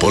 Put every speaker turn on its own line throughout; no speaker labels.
Pour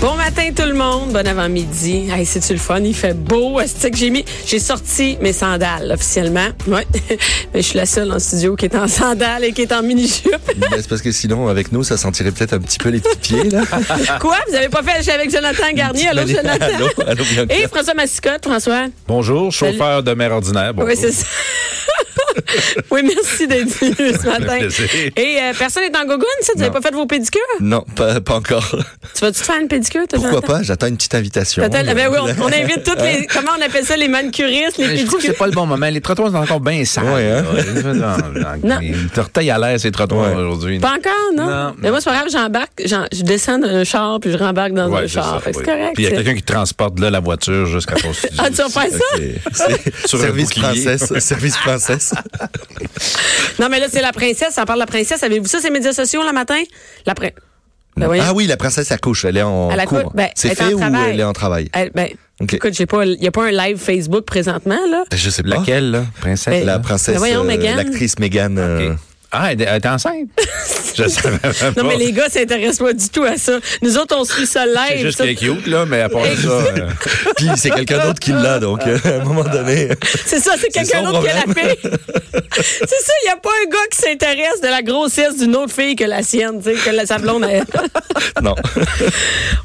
Bon matin tout le monde, bon avant-midi. Hey, c'est-tu le fun? Il fait beau. C'est que j'ai mis, j'ai sorti mes sandales officiellement. Ouais. Mais je suis la seule en studio qui est en sandales et qui est en mini-jupe.
Ben, c'est parce que sinon, avec nous, ça sentirait peut-être un petit peu les petits pieds, là.
Quoi? Vous avez pas fait Je suis avec Jonathan Garnier? Allô, Jonathan?
Allô, allô, Bianca.
Et François Massicotte, François?
Bonjour, chauffeur de mer ordinaire. Bonjour.
Oui, c'est ça. oui, merci d'être venu ce matin.
plaisir.
Et euh, personne n'est en gogoune, ça? Vous n'avez
Non.
pas fait vos pédicures?
Non, pas, pas encore.
Tu vas-tu te faire une pédicure, toi,
Pourquoi
Jonathan?
pas? J'attends une petite invitation.
Peut-être- ben oui, on, on invite toutes les. Comment on appelle ça? Les manucuristes, les
Mais Ben, Eh, Je trouve que c'est
pédicures.
pas le bon moment. Les trottoirs sont encore bien sales.
Ouais, hein?
Non.
Ils te retaillent à l'air, ces trottoirs,
Ouais.
aujourd'hui.
Pas encore, non?
Non.
Mais moi, c'est pas grave, j'embarque, j'en- je descends d'un char puis je rembarque dans
Ouais,
un
c'est
char.
ça,
Fait que
oui.
C'est correct.
Puis il y a quelqu'un qui transporte là la voiture jusqu'à ton studio.
Ah, tu vas faire ça?
C'est- c'est-
Sur un
service
bouclier.
princesse, service princesse.
Non, mais là, c'est la princesse. On parle de la princesse. Avez-vous ça, ces médias sociaux, le matin? La prin- Ben, voyons.
ah oui, la princesse accouche, elle est en
Elle accouche,
cours.
ben, elle
c'est
est en
fait ou
travail.
elle est en travail?
Elle- ben,
Ok.
écoute, j'ai pas, il n'y a pas un live Facebook présentement, là.
Ben, Je sais pas.
Laquelle, là? Princesse?
Ben,
La
Ben
princesse, euh,
voyons, Meghan.
l'actrice Meghan. euh,
OK. Ah, elle elle est enceinte? Je savais même pas.
Non, mais les gars s'intéressent pas du tout à ça. Nous autres, on suit ça
C'est
live.
juste
ça.
qu'elle est cute, là, mais à part ça... euh,
Puis c'est quelqu'un d'autre qui l'a, donc euh, à un moment donné.
C'est ça, c'est quelqu'un
son
d'autre qui a la fille. c'est ça, il n'y a pas un gars qui s'intéresse de la grossesse d'une autre fille que la sienne, tu sais, que la sa blonde a elle.
Non.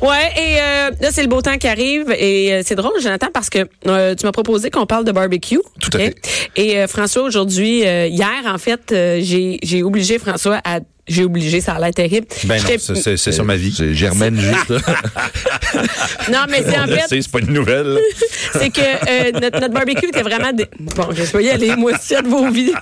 Ouais, et euh, là, c'est le beau temps qui arrive. Et euh, c'est drôle, Jonathan, parce que euh, tu m'as proposé qu'on parle de barbecue.
Tout à
OK? Et euh, François, aujourd'hui, euh, hier, en fait, euh, j'ai j'ai obligé François à... J'ai obligé, ça a l'air terrible.
Ben non,
J'étais-
c'est- c'est c'est sur ma vie.
J'ai- Germaine juste.
Non, mais c'est en
Je
fait,
sais, c'est pas une nouvelle.
c'est que euh, notre, notre barbecue était vraiment... dé- Bon, je vais y aller, moi aussi, à de vos vidéos.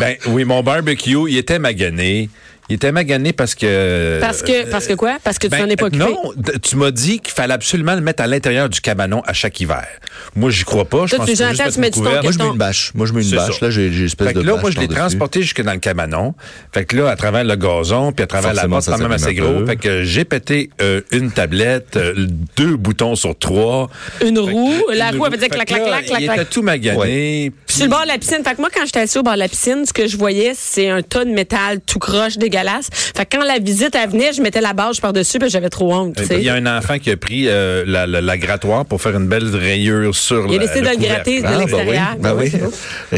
Ben oui, mon barbecue, il était magané. Il était magané parce que...
Parce que, parce que quoi? Parce que tu
Ben,
n'en es pas
euh,
occupé.
Non, d- tu m'as dit qu'il fallait absolument le mettre à l'intérieur du cabanon à chaque hiver. Moi, j'y crois pas. Je
Toi,
pense
tu
que je vais
l'entends,
juste
tu
mettre
mets du
une couverte.
ton
Euh, Moi, je mets une bâche. Moi, je mets une
C'est
bâche.
ça.
Là, j'ai j'ai une espèce
Fait que
de
là,
bâche
moi, je l'ai
par-dessus.
transporté jusque dans le cabanon. Fait que là, à travers le gazon, puis à travers
Forcément,
la porte,
ça
quand même assez
s'abîme un
gros.
peu.
Fait que j'ai pété euh, une tablette, euh, deux boutons sur trois.
Une
Fait que-
roue, la
une
roue, elle faisait clac,
Fait que
clac,
là,
clac, clac,
Il
clac.
était tout magané.
Sur le bord de la piscine. Fait que moi, quand j'étais assis au bord de la piscine, ce que je voyais, c'est un tas de métal tout croche, dégueulasse. Fait que quand la visite, elle venait, je mettais la bâche par-dessus, puis j'avais trop
Eh
honte, tu
euh,
ben,
Il y a
sais.
un enfant qui a pris euh, la, la- la grattoir pour faire une belle rayure sur
Il a
la-
décidé de le
couvercle.
gratter de
Ah, bah oui.
l'extérior.
Ben oui.
c'est beau.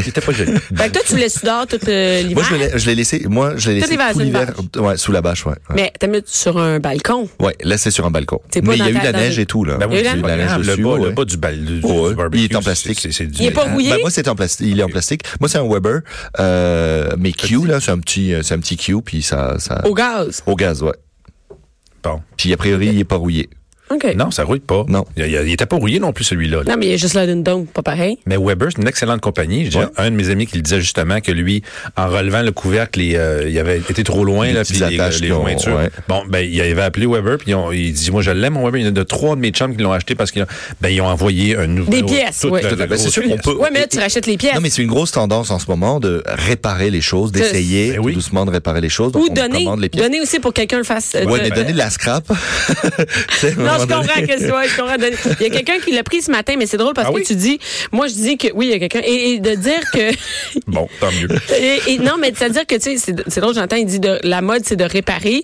C'était pas joli.
Fait que toi, tu voulais dehors tout euh,
Moi,
l'hiver.
je l'ai- je l'ai laissé. Moi, je l'ai
Tout
laissé
l'hiver,
tout
sous une
l'hiver. Ouais, sous la bâche, ouais. ouais.
Mais t'as mis sur un balcon.
Ouais, là c'est sur un balcon.
C'est pas
Mais il y
dans
a eu
ta-
de la
dans
neige
une-
et tout là.
oui,
Il y
là.
a eu de
Le
Ben la neige dessus.
bas, le
ouais.
bas du, bal, du- du
Ouais.
barbecue,
Il est en
c'est-
plastique.
c'est- c'est du-
Il est pas
Ah,
rouillé.
Ben, moi c'est en plastique, il est en plastique. Moi c'est un Weber, euh, mais Q là, c'est un petit, euh, c'est un petit Q puis ça, ça
Au gaz.
au gaz ouais.
Bon.
Puis a priori il est pas rouillé.
OK.
Non, ça rouille pas.
Non.
Il, il- il était pas rouillé non plus, celui-là. là.
Non, mais il y a juste là d'une dôme, pas pareil.
Mais Weber, c'est une excellente compagnie. J'ai un de mes amis qui le disait justement que lui, en relevant le couvercle, les, euh, il avait été trop loin,
Les
là, puis
petites
les,
attaches
les
qui ont-
jointures.
ouais.
Bon, ben, il avait appelé Weber, puis ils ont- il dit, moi, je l'aime, mon Weber. Il y en a de trois de mes chums qui l'ont acheté parce qu'ils ont- ben, ils ont envoyé un nouveau.
Ah
Des pièces,
toute
oui.
la- la
Ben, c'est sûr
grosse
qu'on peut.
Ouais, mais là, tu rachètes les pièces.
Non mais c'est une grosse tendance en ce moment de réparer les choses, d'essayer
Ben oui.
tout doucement de réparer les choses. Donc,
Ou
on
donner.
commande les pièces.
Donner aussi pour que quelqu'un le fasse. euh,
Ouais,
te-
mais donner de la scrap.
Non, je comprends que c'est ouais, je comprends. Denis. Il y a quelqu'un qui l'a pris ce matin, mais c'est drôle parce
Ah
que
oui?
tu dis, moi je dis que oui, il y a quelqu'un et, et de dire que
Bon, tant mieux.
et, et non, mais c'est à dire que tu sais, c'est c'est drôle, j'entends il dit de la mode c'est de réparer,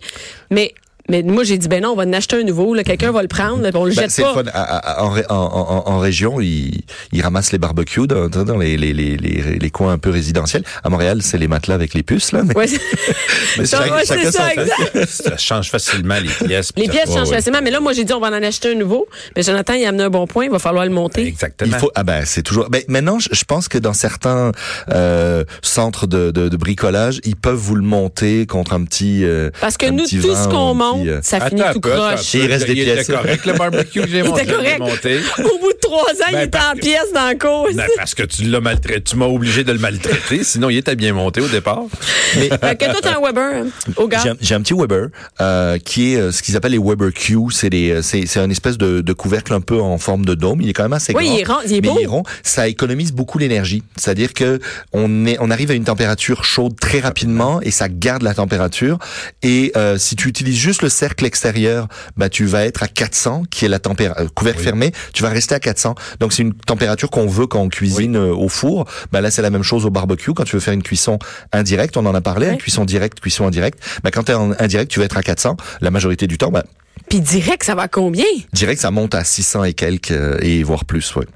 mais mais moi j'ai dit ben non, on va en acheter un nouveau, là, quelqu'un va le prendre, là, puis on le
Ben,
jette
c'est le
pas.
fun. À- à- à- en, ré- en- en- en région, ils, ils ramassent les barbecues dans, dans- dans les, les- les- les- les coins un peu résidentiels. À Montréal, c'est les matelas avec les puces, là. Mais,
Ouais, c'est-
mais
ça,
chacun-
ouais,
chacun
c'est
son
ça,
truc.
exact.
ça change facilement les pièces. puis
Les
ça-
pièces
ouais,
changent
ouais.
facilement, mais là moi j'ai dit on va en acheter un nouveau, mais Jonathan il a amené un bon point, il va falloir le monter.
Exactement.
Il faut, ah ben, c'est toujours. Ben, maintenant, je, je pense que dans certains euh, centres de, de- de bricolage, ils peuvent vous le monter contre un petit. euh,
Parce que
un
nous
petit
tout
vin
ce
ou
qu'on
un
monte,
petit, euh,
ça finit
Attends un
tout
peu, attends un
croche.
peu.
Il reste des
était
pièces.
correct, le barbecue que j'ai
Il était
monté. je l'ai
correct.
monté.
Au bout de trois ans, il
Ben,
était
parce
en
que-
pièces dans la cause.
Ben, parce que tu l'as maltraité. Tu m'as obligé de le maltraiter. Sinon, il était bien monté au départ.
mais-
Fait que toi, t'es un Weber hein, au gars.
J'ai un- j'ai un petit Weber euh, qui est euh, ce qu'ils appellent les Weber Q. C'est des, euh, c'est c'est un espèce de, de couvercle un peu en forme de dôme. Il est quand même assez
Oui,
grand.
il est rond, il est
mais
beau.
il est rond. Ça économise beaucoup l'énergie. C'est-à-dire que on est, on arrive à une température chaude très rapidement et ça garde la température. Et euh, si tu utilises juste le cercle extérieur, bah tu vas être à 400, qui est la température couvert
Oui.
fermé, tu vas rester à 400. Donc c'est une température qu'on veut quand on cuisine euh, au four. Bah là c'est la même chose au barbecue quand tu veux faire une cuisson indirecte, on en a parlé,
Ouais.
hein, cuisson directe, cuisson indirecte. Bah quand tu es en indirect, tu vas être à 400. La majorité du temps, bah
Puis direct, ça va à combien?
direct ça monte à 600 et quelques euh, et voire plus, ouais.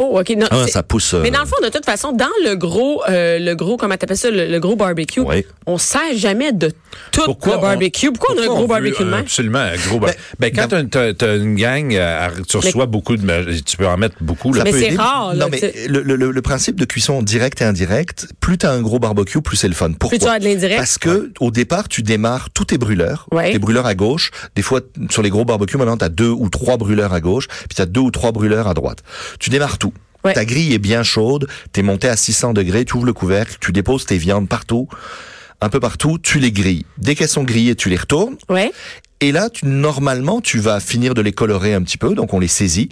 Oh, OK. Non,
Ah,
c'est-
ça pousse euh,
Mais dans le fond, de toute façon, dans le gros, euh, le gros, comment t'appelles ça, le, le gros barbecue,
Ouais.
on sert jamais de tout le barbecue. Pourquoi, on euh, a un gros
veut
barbecue de
un-
même?
Absolument, un gros barbecue. Ben, quand t'as- t'as t'as une gang, euh, tu reçois beaucoup de... ma- Tu peux en mettre beaucoup, là.
Mais
peut
c'est
aider.
rare, là,
Non, mais
tu sais.
le, le- le- le principe de cuisson directe et indirecte, plus t'as un gros barbecue, plus c'est le fun. Pourquoi
tu as de l'indirect.
Parce que au départ, tu démarres tous tes brûleurs,
Ouais.
tes brûleurs à gauche. Des fois, sur les gros barbecues, maintenant, t'as deux ou trois brûleurs à gauche, puis t'as deux ou trois brûleurs à droite. Tu démarres tout.
Ouais.
Ta grille est bien chaude, t'es monté à 600 degrés, tu ouvres le couvercle, tu déposes tes viandes partout, un peu partout, tu les grilles. Dès qu'elles sont grillées, tu les retournes.
Ouais.
Et là, tu, normalement, tu vas finir de les colorer un petit peu, donc on les saisit.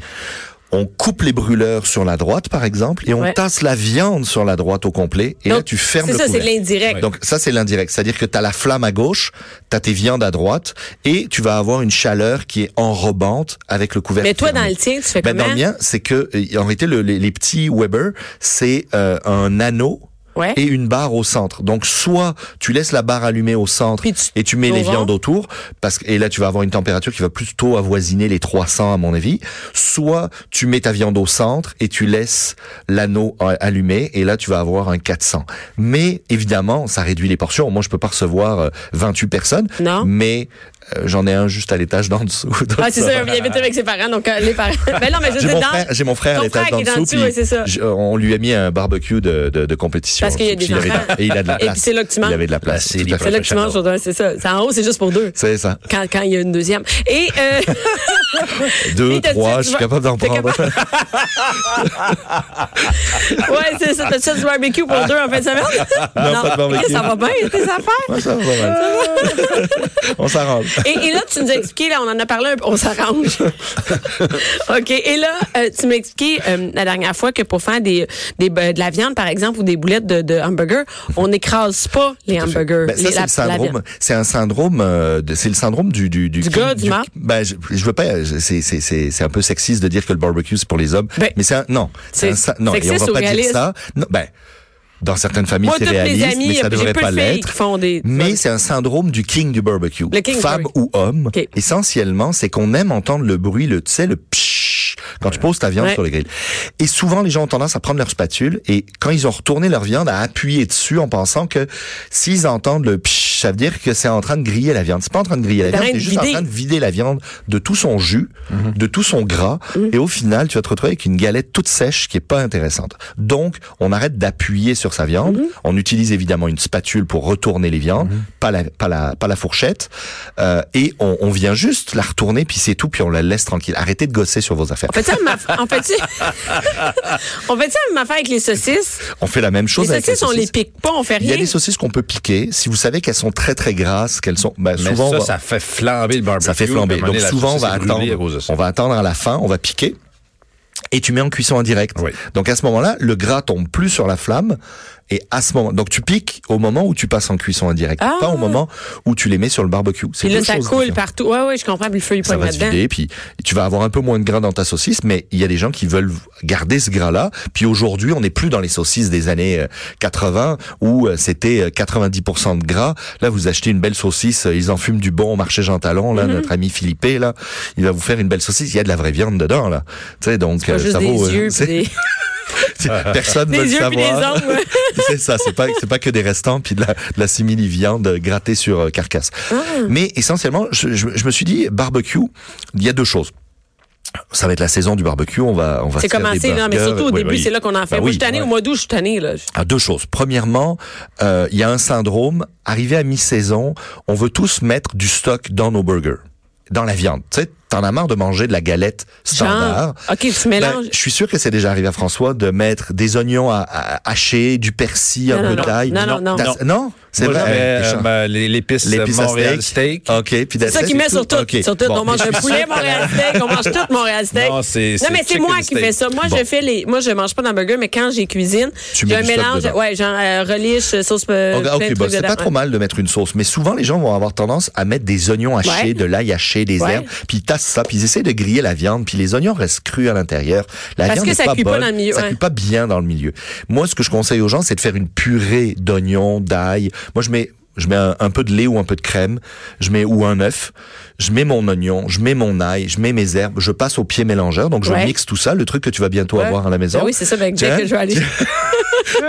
On coupe les brûleurs sur la droite, par exemple, et on
Ouais.
tasse la viande sur la droite au complet. Et là,
Donc,
tu fermes
C'est
le
ça, c'est de
couvercle.
l'indirect.
Donc ça, c'est l'indirect. C'est-à-dire que tu as la flamme à gauche, tu as tes viandes à droite, et tu vas avoir une chaleur qui est enrobante avec le couvercle.
Mais toi,
fermé.
dans le tien, tu fais
Ben,
comment?
Dans le mien, c'est que, euh, en réalité, le- les, les petits Weber, c'est euh, un anneau
Ouais.
et une barre au centre. Donc, soit tu laisses la barre allumée au centre
Puis tu-
et tu mets
au
les
vent.
viandes autour, parce que, et là, tu vas avoir une température qui va plutôt avoisiner les 300, à mon avis. Soit tu mets ta viande au centre et tu laisses l'anneau euh, allumé, et là, tu vas avoir un 400. Mais, évidemment, ça réduit les portions. Moi, je peux pas recevoir euh, 28 personnes.
Non.
Mais, euh, j'en ai un juste à l'étage d'en dessous. Donc,
Ah, c'est ça, il habite avec ses parents, donc euh, les parents. Ben non, mais je
j'ai
veux
mon,
dire, dans-
frère, j'ai mon frère à
ton
l'étage
frère
d'en
qui est
dessous,
dans le dessous,
puis
ouais, c'est ça.
je- on lui a mis un barbecue de, de, de compétition.
Parce qu'il y a des
Puis il avait de la-
enfants.
Et il a de la
Et
place.
puis c'est là que tu manges.
Il avait de la place.
C'est
tout à
c'est
fait.
là que tu manges, Jordan, c'est ça. C'est en haut, c'est juste pour deux.
C'est ça.
Quand, quand il y a une deuxième. Et, euh,
Deux,
Et t'as dit, tu
trois, je suis
vas-
capable d'en
t'es
prendre.
ouais, c'est ça. T'as fait du barbecue pour deux en fin de semaine?
Non, pas de barbecue.
Eh, Ça va bien, tes affaires.
Ouais, ça va pas mal. On s'arrange.
Et, et là, tu nous as expliqué, là, on en a parlé un peu, on s'arrange. OK. Et là, euh, tu m'as expliqué euh, la dernière fois que pour faire des, des be- de la viande, par exemple, ou des boulettes de, de hamburger, on n'écrase pas les hamburgers.
Ben, ça,
les-
c'est
la-
le
la
syndrome.
viande.
C'est un syndrome. euh, de- c'est le syndrome du du
Du gars, du mâle.
Ben, je, je veux pas. je- C'est c'est c'est c'est un peu sexiste de dire que le barbecue c'est pour les hommes.
Ben,
mais c'est un non. C'est un
c'est
sa- non. Et on
sexiste
va
ou
pas dire
réaliste?
ça. Non, ben. Dans certaines familles,
Moi,
c'est
toutes mes
réaliste,
amies,
mais ça
j'ai
devrait
peu de
pas
filles
l'être.
qui font des-
Mais c'est un syndrome du king du barbecue.
Le king du
Femme
barbecue.
ou homme,
Ok.
essentiellement, c'est qu'on aime entendre le bruit, le tu sais, le pshhh quand tu poses ta viande
Ouais.
sur le grill. Et souvent, les gens ont tendance à prendre leur spatule et quand ils ont retourné leur viande, à appuyer dessus en pensant que s'ils entendent le pshhh, ça veut dire que c'est en train de griller la viande. C'est pas en train de griller la
T'es en
viande,
train
c'est
de
juste en
vider.
train de vider la viande de tout son jus,
Mhm.
de tout son gras.
Mhm.
Et au final, tu vas te retrouver avec une galette toute sèche qui est pas intéressante. Donc, on arrête d'appuyer sur sa viande.
Mhm.
On utilise évidemment une spatule pour retourner les viandes,
Mhm.
pas, la, pas, la, pas la fourchette. Euh, et on, on vient juste la retourner, puis c'est tout, puis on la laisse tranquille. Arrêtez de gosser sur vos affaires.
On fait ça, ma- on fait ça, on fait ça, ma affaire avec les saucisses.
On fait la même chose
Les
avec les
saucisses, on les
saucisses.
pique pas, on fait
Il y a
rien.
des saucisses qu'on peut piquer. Si vous savez qu'elles sont très très grasses, qu'elles sont ben,
Mais
souvent on
ça,
va-
ça fait flamber le barbecue.
ça fait
À un
flamber.
moment
Donc
donné, la
souvent on
saucisse
va
est brûlée à
attendre,
cause de ça.
on va attendre à la fin, on va piquer et tu mets en cuisson en direct.
Oui.
Donc à ce moment-là, le gras tombe plus sur la flamme et à ce moment, donc tu piques au moment où tu passes en cuisson en direct,
Ah.
pas au moment où tu les mets sur le barbecue. C'est
Puis là,
deux
ça
choses
coule
différentes.
partout. Ouais, ouais, je comprends, puis le feu, il
Ça
pogne
va se
là-dedans.
vider, puis tu vas avoir un peu moins de gras dans ta saucisse, mais il y a des gens qui veulent garder ce gras-là. Puis aujourd'hui, on n'est plus dans les saucisses des années euh, 80 où euh, c'était euh, 90% de gras. Là, vous achetez une belle saucisse, euh, ils en fument du bon au marché Jean Talon.
Mhm.
Là, notre ami Philippe, là, il va vous faire une belle saucisse. Il y a de la vraie viande dedans, là. Tu sais, donc
Pas
euh,
juste
ça
des
vaut. euh,
yeux, puis
c'est-
des,
personne ne
des
veut le
yeux, puis des
savoir.
ongles.
c'est ça, c'est pas c'est pas que des restants puis de la, de la simili viande grattée sur euh, carcasse.
Ah.
Mais essentiellement, je, je, je me suis dit barbecue, il y a deux choses. Ça va être la saison du barbecue, on va on va
C'est
se faire des
commencé, non, mais
burgers.
surtout au
Oui,
début,
oui.
c'est là qu'on en fait.
Ben
Moi, je
oui.
suis tannée, au mois d'août, je suis tannée, là.
Ah, deux choses. Premièrement, euh, il y a un syndrome. Arrivé à mi-saison, on veut tous mettre du stock dans nos burgers, dans la viande. Tu sais, t'en as marre de manger de la galette
Genre,
standard.
OK, tu
Ben,
mélanges.
je suis sûr que c'est déjà arrivé à François de mettre des oignons à, à- hachés, du persil,
Non,
un
non,
peu
non.
d'ail.
Non, non, non.
T'as-
Non.
non. C'est
Moi,
vrai.
j'avais,
Richard.
euh, ma- les- l'épice
L'épice à Ah.
Montréal steak.
OK. puis
C'est ça qu'il met sur tout.
OK.
Sur tout.
Bon.
On mange un poulet Montréal Steak, on mange tout Montréal Steak.
Non, c'est-
Non,
c'est
mais c'est
chicken
moi qui
steak.
fais ça. Moi, je
Bon.
fais les. Moi, je mange pas d'hamburger, mais quand j'y cuisine,
Tu
j'ai
mets
un
du stock
mélange.
dedans.
Ouais, genre euh, relish, euh, sauce. euh,
Ok,
plein de
ok,
trucs
bah, c'est
dedans.
pas trop mal de mettre une sauce, mais souvent les gens vont avoir tendance à mettre des oignons hachés,
Ouais.
de l'ail haché, des
Ouais.
herbes, puis ils tassent ça, puis ils essaient de griller la viande, puis les oignons restent crus à l'intérieur. La
Parce
viande
que
est
ça
pas
cuit pas
bonne,
dans le milieu,
ça
ouais.
cuit pas bien dans le milieu. Moi, ce que je conseille aux gens, c'est de faire une purée d'oignons, d'ail. Moi, je mets je mets un, un peu de lait ou un peu de crème, je mets ou un œuf, je mets mon oignon, je mets mon ail, je mets mes herbes, je passe au pied mélangeur, donc je
Ouais.
mixe tout ça, le truc que tu vas bientôt
Ouais.
avoir à la maison.
Ben oui, c'est ça, avec
Tu
Jack
vois,
que je vais aller.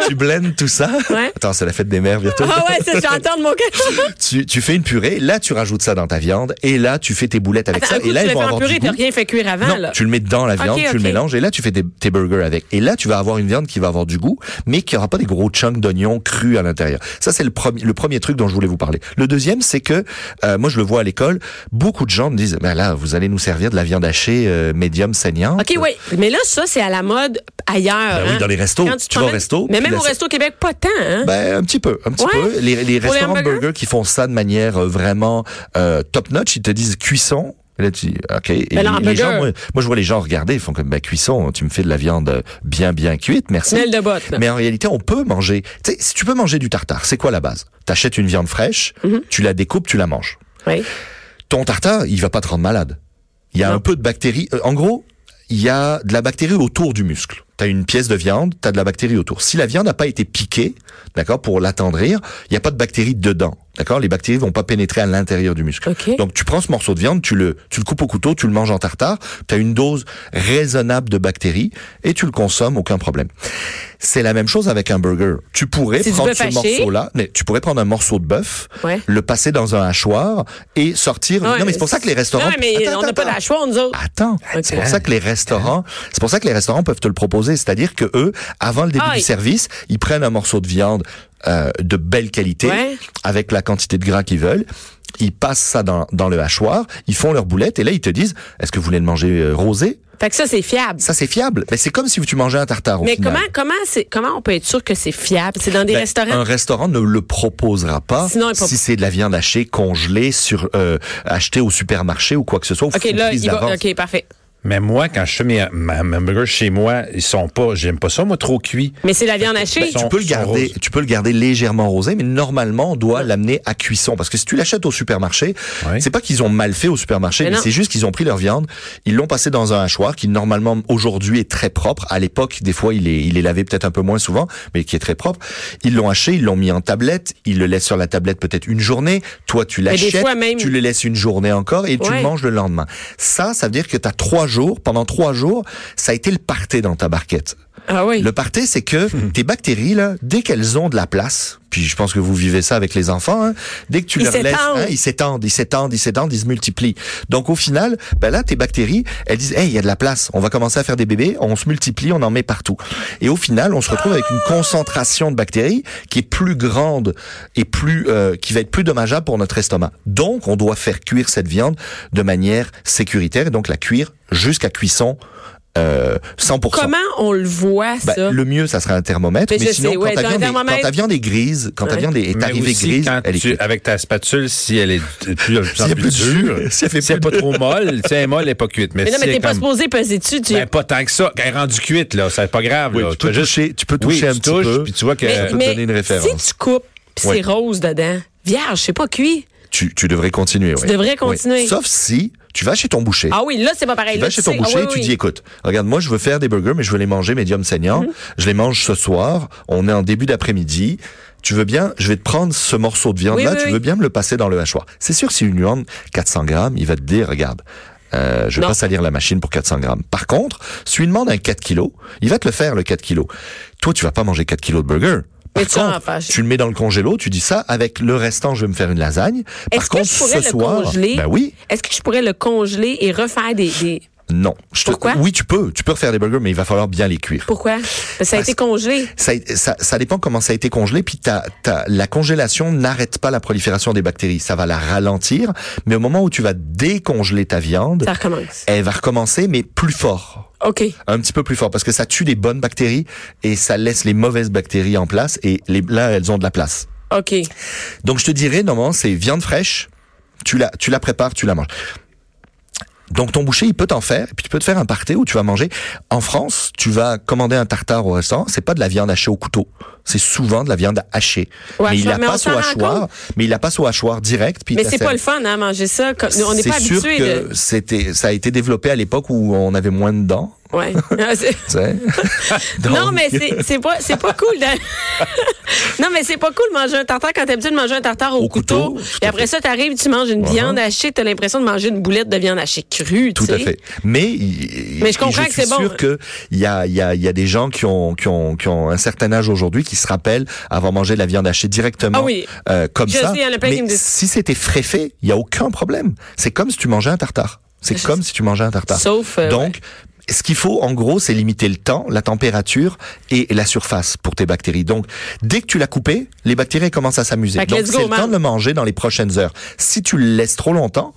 tu blends tout ça.
Ouais.
Attends, c'est la fête des mères bientôt
Ah ouais, c'est j'entends de mon cœur.
tu, tu fais une purée, là tu rajoutes ça dans ta viande, et là tu fais tes boulettes avec
Attends, un
ça,
coup,
et là
tu
ils
l'as
vont
fait en
avoir
purée,
du
t'as
goût.
rien fait cuire avant,
Non,
là.
tu le mets dans la
Ok,
viande, tu
ok.
le mélanges et là tu fais tes, tes burgers avec. Et là tu vas avoir une viande qui va avoir du goût, mais qui aura pas des gros chunks d'oignons crus à l'intérieur. Ça c'est le premier le premier truc dont je voulais vous parler. Le deuxième c'est que euh, moi je le vois à l'école, beaucoup de gens me disent ben là vous allez nous servir de la viande hachée euh, médium saignante.
OK, oui. Mais là, ça, c'est à la mode ailleurs.
euh, Ben oui,
hein.
dans les restos.
Quand
Tu
te
vas au
promènes-
resto,
Mais
puis
même
là,
au
c'est-
resto Québec, pas tant, hein?
Ben un petit peu, un petit
Ouais.
peu. Les, les
Pour les
restaurants
hamburgers?
burgers qui font ça de manière euh, vraiment euh, top notch, ils te disent cuisson. Et Là, tu, ok. Et
Mais le
les gens,
Ben, hamburger.
moi, moi, je vois les gens regarder, ils font comme bah cuisson, tu me fais de la viande euh, bien bien cuite, merci.
Tunnel de botte, là.
Mais en réalité, on peut manger. Tu sais, si tu peux manger du tartare, c'est quoi la base T'achètes une viande fraîche,
Mm-hmm.
tu la découpes, tu la manges.
Oui.
Ton tartare, il va pas te rendre malade. Il y a
Non.
un peu de bactéries. Euh, En gros, il y a de la bactérie autour du muscle. T'as une pièce de viande, t'as de la bactérie autour. Si la viande n'a pas été piquée, d'accord, pour l'attendrir, il n'y a pas de bactéries dedans, d'accord. Les bactéries vont pas pénétrer à l'intérieur du muscle.
Ok.
Donc tu prends ce morceau de viande, tu le, tu le coupes au couteau, tu le manges en tartare. T'as une dose raisonnable de bactéries et tu le consommes, aucun problème. C'est la même chose avec un burger. Tu pourrais
C'est du
prendre
bœuf
ce
haché.
morceau-là, mais tu pourrais prendre un morceau de bœuf,
Ouais.
le passer dans un hachoir et sortir.
Ouais,
non mais c'est pour ça que les restaurants.
Non, mais
Attends,
on n'a
attends,
pas la
attends.
choix, nous autres.
Attends,
Ok.
c'est pour ça que les restaurants, c'est pour ça que les restaurants peuvent te le proposer, c'est-à-dire que eux, avant le début
Ah,
du
ils-
service, ils prennent un morceau de viande euh, de belle qualité,
Ouais.
avec la quantité de gras qu'ils veulent. Ils passent ça dans, dans le hachoir, ils font leur boulette et là ils te disent est-ce que vous voulez le manger euh, rosé
Fait que ça, c'est fiable.
Ça c'est fiable, mais c'est comme si tu mangeais un tartare. Au
Mais
final.
comment, comment, c'est, comment on peut être sûr que c'est fiable? C'est dans des
Ben,
restaurants.
Un restaurant ne le proposera pas
Sinon, il propose-
si c'est de la viande hachée congelée sur euh, achetée au supermarché ou quoi que ce soit. ou
OK,
prise
là, il va,
d'avance.
OK, parfait.
Mais moi, quand je fais mes, ma, ma burger chez moi, ils sont pas, j'aime pas ça, moi, trop cuit.
Mais c'est la viande hachée.
Ils
Tu
sont-
peux le
sont
garder,
roses.
tu peux le garder légèrement rosé, mais normalement on doit l'amener à cuisson parce que si tu l'achètes au supermarché,
Ouais.
c'est pas qu'ils ont mal fait au supermarché,
Mais
mais
non.
c'est juste qu'ils ont pris leur viande, ils l'ont passé dans un hachoir qui normalement aujourd'hui est très propre. À l'époque, des fois il est il est lavé peut-être un peu moins souvent, mais qui est très propre. Ils l'ont haché, ils l'ont mis en tablette, ils le laissent sur la tablette peut-être une journée. Toi tu
des
l'achètes,
fois même-
tu le laisses une journée encore et tu
Ouais.
le manges le lendemain. Ça, ça veut dire que tu as trois jours, pendant trois jours, ça a été le parté dans ta barquette.
Ah oui. Hmm.
Le parté, c'est que tes bactéries, là, dès qu'elles ont de la place, puis je pense que vous vivez ça avec les enfants, hein, dès que tu
Ils
leur laisses,
s'étendent.
hein, ils s'étendent, ils s'étendent, ils s'étendent, ils se multiplient. Donc au final, ben là, tes bactéries, elles disent, hey, il y a de la place, on va commencer à faire des bébés, on se multiplie, on en met partout. Et au final, on se retrouve avec une concentration de bactéries qui est plus grande et plus, euh, qui va être plus dommageable pour notre estomac. Donc, on doit faire cuire cette viande de manière sécuritaire et donc la cuire jusqu'à cuisson. Euh, 100%.
Comment on le voit, ça?
Ben, le mieux, ça serait un thermomètre.
Mais
Mais,
je
sinon,
sais,
quand,
ouais,
ta
dans un
viande est, quand
thermomètre-
ta viande est grise, quand
Ouais.
ta viande est, est
Mais
arrivée
aussi,
grise,
quand
elle est
tu-
cuite.
avec ta spatule, si elle est de plus, de plus en
S'il y a
plus
plus de
dure,
jus,
si
si elle fait
elle n'est pas
plus de-
trop molle, si elle est molle, elle n'est pas cuite. Mais,
mais non,
si
mais
elle
t'es
est
pas
comme-
supposé peser dessus. Tu...
Ben, pas tant que ça. Quand elle est rendue cuite, là, c'est pas grave.
Oui,
là.
tu peux
fais
toucher- tu peux
Oui,
toucher un petit
touches,
peu.
Puis tu vois que.
Mais- peut te euh, donner une référence.
si tu coupes, pis
Ouais.
c'est rose dedans, vierge, c'est pas cuit.
Tu, tu devrais continuer. Tu
devrais continuer.
Sauf si tu vas chez ton boucher.
Ah oui, là, c'est pas pareil.
Tu
Là,
vas chez ton
sais-
boucher
ah oui,
et tu
oui.
dis, écoute, regarde, moi, je veux faire des burgers, mais je veux les manger médium saignant.
Mhm.
Je les mange ce soir. On est en début d'après-midi. Tu veux bien, je vais te prendre ce morceau de viande-là.
Oui, oui,
tu
oui.
veux bien me le passer dans le hachoir. C'est sûr que si une viande, 400 grammes, il va te dire, regarde, euh, je vais
Non.
pas salir la machine pour 400 grammes. Par contre, si tu lui demandes un 4 kilos, il va te le faire, le 4 kilos. Toi, tu vas pas manger 4 kilos de burger. Par
Mais tu vas en
contre,
faire.
tu le mets dans le congélo, tu dis ça, avec le restant, je vais me faire une lasagne. Par
Est-ce que
contre,
je pourrais le
ce soir,
congeler?
ben oui,
Est-ce que je pourrais le congeler et refaire des. des-
non. Je te-
Pourquoi?
Oui, tu peux. Tu peux refaire des burgers, mais il va falloir bien les cuire.
Pourquoi? Parce que ça a
Parce-
été congelé.
Ça, ça, ça dépend comment ça a été congelé, puis t'as- t'as- la congélation n'arrête pas la prolifération des bactéries. Ça va la ralentir, mais au moment où tu vas décongeler ta viande,
Ça recommence.
elle va recommencer, mais plus fort.
OK.
Un petit peu plus fort, parce que ça tue les bonnes bactéries et ça laisse les mauvaises bactéries en place, et les, là, elles ont de la place.
OK.
Donc je te dirais, normalement, c'est viande fraîche, tu la, tu la prépares, tu la manges. Donc ton boucher, il peut t'en faire, puis tu peux te faire un parté où tu vas manger. En France, tu vas commander un tartare au restaurant, c'est pas de la viande hachée au couteau, c'est souvent de la viande hachée.
Ouais,
mais il
ça,
la
mais on
passe
s'en
au
rend
hachoir,
compte.
mais il la passe au hachoir direct. Puis il
Mais
te
c'est
la
pas
sert.
le fun, hein, manger ça. Comme, on n'est pas
C'est sûr
habitué
que
de.
c'était, ça a été développé à l'époque où on avait moins de dents.
Ouais. Ah, C'est-
tu sais.
non,
Donc,
mais c'est- c'est pas, c'est pas cool. de- non, mais c'est pas cool de manger un tartare quand t'es habitué de manger un tartare au,
Au couteau,
couteau.
tout
Et
à Uh-huh.
après ça, t'arrives, tu manges une viande hachée, t'as l'impression de manger une boulette de viande hachée crue.
Tout
tu
à
sais.
fait. Mais, il-
Mais je comprends que
suis
c'est bon.
sûr que il y a, il y, a, il y a des gens qui ont, qui ont, qui ont un certain âge aujourd'hui qui se rappellent avoir mangé de la viande hachée directement
Ah oui.
euh, comme
Je
ça.
sais, il y en a plein qui
Mais
me disent-
si c'était frais fait, il y a aucun problème. C'est comme si tu mangeais un tartare. C'est comme si tu mangeais un tartare.
Sauf, euh,
Donc, ce qu'il faut, en gros, c'est limiter le temps, la température et la surface pour tes bactéries. Donc, dès que tu l'as coupé, les bactéries elles commencent à s'amuser.
Fait que
Donc,
let's go,
c'est le
man.
temps de le manger dans les prochaines heures. Si tu le laisses trop longtemps,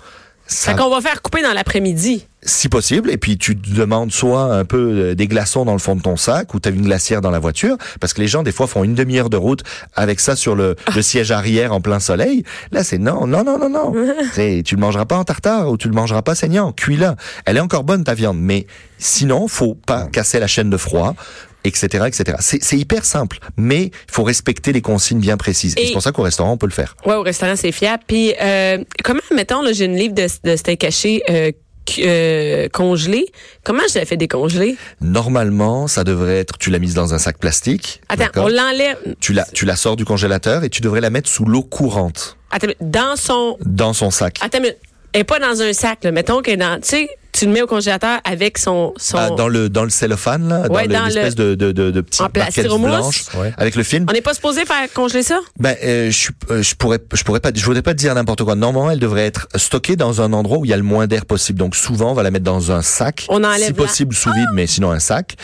ça
Fait qu'on va faire couper dans l'après-midi.
si possible, et puis tu te demandes soit un peu euh, des glaçons dans le fond de ton sac ou t'as une glacière dans la voiture, parce que les gens des fois font une demi-heure de route avec ça sur le, le siège arrière en plein soleil. Là, c'est non, non, non, non, non. C'est, tu le mangeras pas en tartare ou tu le mangeras pas saignant, cuis-la. Elle est encore bonne ta viande, mais sinon, faut pas casser la chaîne de froid. Etc. etc. C'est c'est hyper simple, mais il faut respecter les consignes bien précises. Et,
Et-
c'est pour ça qu'au restaurant, on peut le faire.
Ouais, au restaurant, c'est fiable. Puis, euh, comment, mettons, là, j'ai une livre de, de steak haché euh, cu- euh, congelé. Comment je l'ai fait décongeler?
Normalement, ça devrait être, tu l'as mise dans un sac plastique.
Attends,
d'accord
on l'enlève.
Tu la, tu la sors du congélateur et tu devrais la mettre sous l'eau courante
Attends, une minute. dans son.
dans son sac.
Attends, une minute. elle est pas dans un sac, là. Mettons qu'elle est dans. Tu sais, tu le mets au congélateur avec son. son...
Ah, dans le dans le cellophane là,
Ouais,
dans,
dans Ah,
le- l'espèce de de de, de petite
En
barquette
plastiromousse.
blanche
Ouais.
avec le film.
On n'est pas supposé faire congeler ça?
Ben euh, je suis- euh, je pourrais je pourrais pas je voudrais pas te dire n'importe quoi. Normalement, elle devrait être stockée dans un endroit où il y a le moins d'air possible. Donc souvent, on va la mettre dans un sac,
On enlève
si
la- Ah!
possible sous vide, mais sinon un sac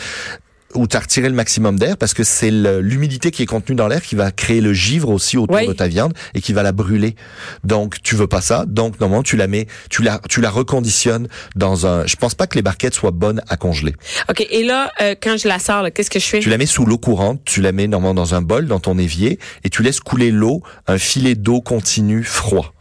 où tu as retiré le maximum d'air parce que c'est le- l'humidité qui est contenue dans l'air qui va créer le givre aussi autour
Oui.
de ta viande et qui va la brûler. Donc tu veux pas ça. Donc normalement tu la mets, tu la tu la reconditionnes dans un je pense pas que les barquettes soient bonnes à congeler.
OK. Et là, euh, quand je la sors, là, qu'est-ce que je fais?
Tu la mets sous l'eau courante, tu la mets normalement dans un bol, dans ton évier, et tu laisses couler l'eau, un filet d'eau continu, froid.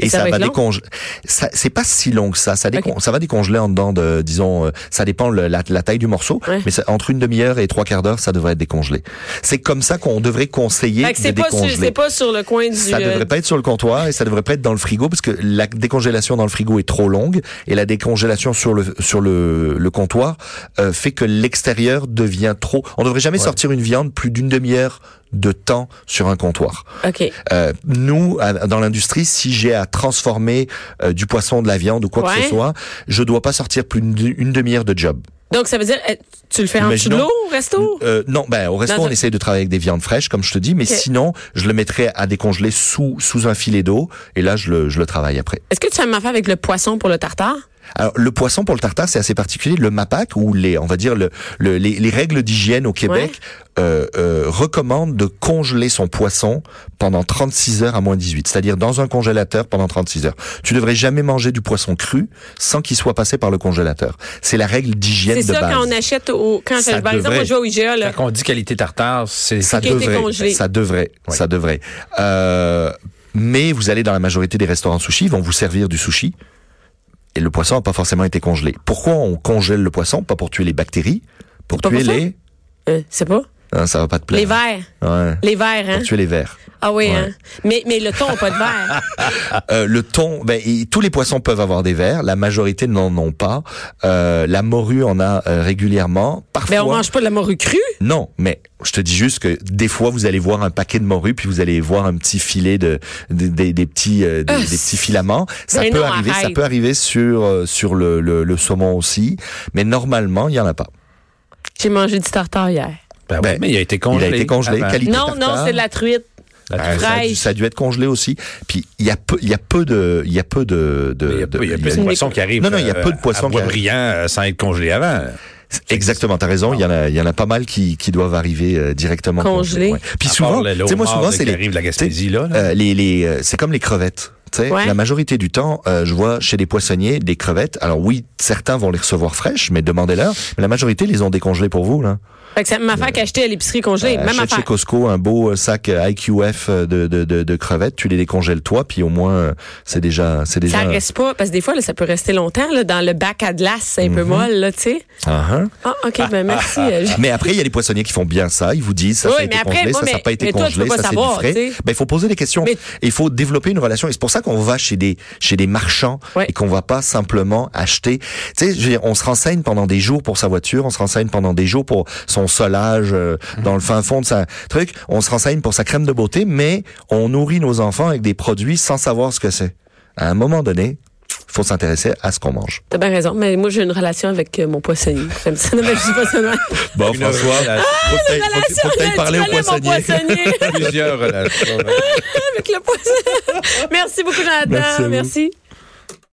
Et,
Et ça
ça,
va
va
être long
décongeler. Ça, c'est pas si long que ça. Ça, décon- ça va décongeler en dedans de, disons, euh, ça dépend le- la, la taille du morceau,
Ouais.
mais ça- entre une demi-heure et trois quarts d'heure, ça devrait être décongelé. C'est comme ça qu'on devrait conseiller
Fait que c'est
de
pas, sur,
décongeler.
c'est pas sur le coin du.
Ça
euh,
devrait pas être sur le comptoir et ça devrait pas être dans le frigo parce que la décongélation dans le frigo est trop longue et la décongélation sur le sur le, le comptoir euh, fait que l'extérieur devient trop. On devrait jamais sortir une viande plus d'une demi-heure de temps sur un comptoir.
OK.
Euh, nous, à- dans l'industrie, si j'ai à transformer euh, du poisson, de la viande ou quoi que
Ouais.
ce soit, je dois pas sortir plus d'une une demi-heure de job.
Donc, ça veut dire, euh, tu le fais en dessous de
Imaginons-
l'eau au resto?
Euh, non, ben au resto
Dans
on
un-
essaye de travailler avec des viandes fraîches, comme je te dis, mais
Ok.
sinon je le mettrais à décongeler sous sous un filet d'eau et là je le je le travaille après.
Est-ce que tu as même fait avec le poisson pour le tartare?
Alors le poisson pour le tartare c'est assez particulier. Le MAPAC ou les on va dire le, le- les, les règles d'hygiène au Québec euh, euh, recommandent de congeler son poisson pendant 36 heures à moins 18, c'est-à-dire dans un congélateur pendant 36 heures. Tu devrais jamais manger du poisson cru sans qu'il soit passé par le congélateur. C'est la règle d'hygiène
C'est
de
ça
base.
quand on achète au. Quand
Ça
je, par exemple,
devrait.
moi, je vais au IGA, là.
Quand on dit qualité tartare, c'est
Ça
qui a été
devrait,
congelé.
ça devrait, ça devrait. Euh, mais vous allez dans la majorité des restaurants sushi, ils vont vous servir du sushi. Et le poisson n'a pas forcément été congelé. Pourquoi on congèle le poisson Pas pour tuer les bactéries, pour
pas
tuer
pour ça?
les...
Euh, c'est pas?
Non, ça va pas te plaire.
Les verres.
Ouais.
Les verres, hein?
Pour tuer les vers.
Ah oui,
Ouais.
hein? Mais, mais le thon n'a pas de verre.
Euh, le thon, ben, et tous les poissons peuvent avoir des vers. La majorité n'en ont pas. Euh, la morue en a euh, régulièrement. Parfois.
Ben, on mange pas de la morue crue.
Non, mais je te dis juste que des fois vous allez voir un paquet de morue puis vous allez voir un petit filet de, de- des- des petits euh, des,
Ah,
des petits filaments. Ça
mais
peut
non,
arriver, ça
arrête.
peut arriver sur euh, sur le, le, le saumon aussi, mais normalement il y en a pas.
J'ai mangé du tartare hier.
Ben oui,
Ben,
mais il a été
Il
congelé.
a été congelé,
avant.
qualité
Non, non,
tartare.
c'est de la truite.
Ah, ça, a dû,
fraîche.
ça a dû être congelé aussi. Puis il y a peu, il y a peu de, il y a peu de, de,
Il y a,
de-
peu- il y a plus de
une-
poissons qui arrivent.
Non, non, il y a
euh,
peu de poissons
à bois
qui arrivent.
brillant euh, sans être congelé avant.
Exactement, t'as raison. Il y en a, il y en a pas mal qui, qui doivent arriver euh, directement
Congelés.
congelés, ouais. Puis
À part
souvent,
le- le
tu sais moi
homard
souvent
là,
c'est
qui
les,
arrive de la Gaspésie là. là.
euh, les, les, euh, c'est comme les crevettes. Tu sais,
Ouais.
La majorité du temps, euh, je vois chez les poissonniers des crevettes. Alors oui, certains vont les recevoir fraîches, mais demandez-leur. Mais la majorité les ont décongelées pour vous. Là.
Fait que c'est la même affaire qu'acheter à l'épicerie congelée.
Euh,
même
achète
affaire.
chez Costco un beau euh, sac euh, IQF euh, de, de, de, de crevettes, tu les décongèles toi, puis au moins euh, c'est déjà c'est déjà.
Ça reste pas, parce que des fois, là, ça peut rester longtemps, là, dans le bac à glace, c'est un peu
Mhm.
molle, là, tu sais.
Ah, hein.
Ah, OK, ben merci. euh, j'ai-
Mais après, il y a les poissonniers qui font bien ça. Ils vous disent ça,
Oui,
ça a été
mais après,
congelé,
moi,
ça, ça n'a
mais-
pas été
mais toi, tu
congelé,
peux pas
ça c'est du
savoir,
frais.
tu sais.
Ben, il faut poser des questions.
Mais-
Et il faut développer une relation. Et c'est pour ça qu'on va chez des chez des marchands
Ouais.
et qu'on va pas simplement acheter. Tu sais, je veux dire, on se renseigne pendant des jours pour sa voiture, on se renseigne pendant des jours pour son solage euh,
Mhm.
dans le fin fond de sa truc, on se renseigne pour sa crème de beauté, mais on nourrit nos enfants avec des produits sans savoir ce que c'est. À un moment donné, faut s'intéresser à ce qu'on mange.
T'as bien raison, mais moi, j'ai une relation avec euh, mon poissonnier. J'aime ça. Non, mais je dis pas ça, non.
Bon,
Une relation.
Ah, Relation, là, tu connais mon poissonnier.
Plusieurs relations.
avec le poissonnier. merci beaucoup, Jonathan.
Merci à vous.
merci.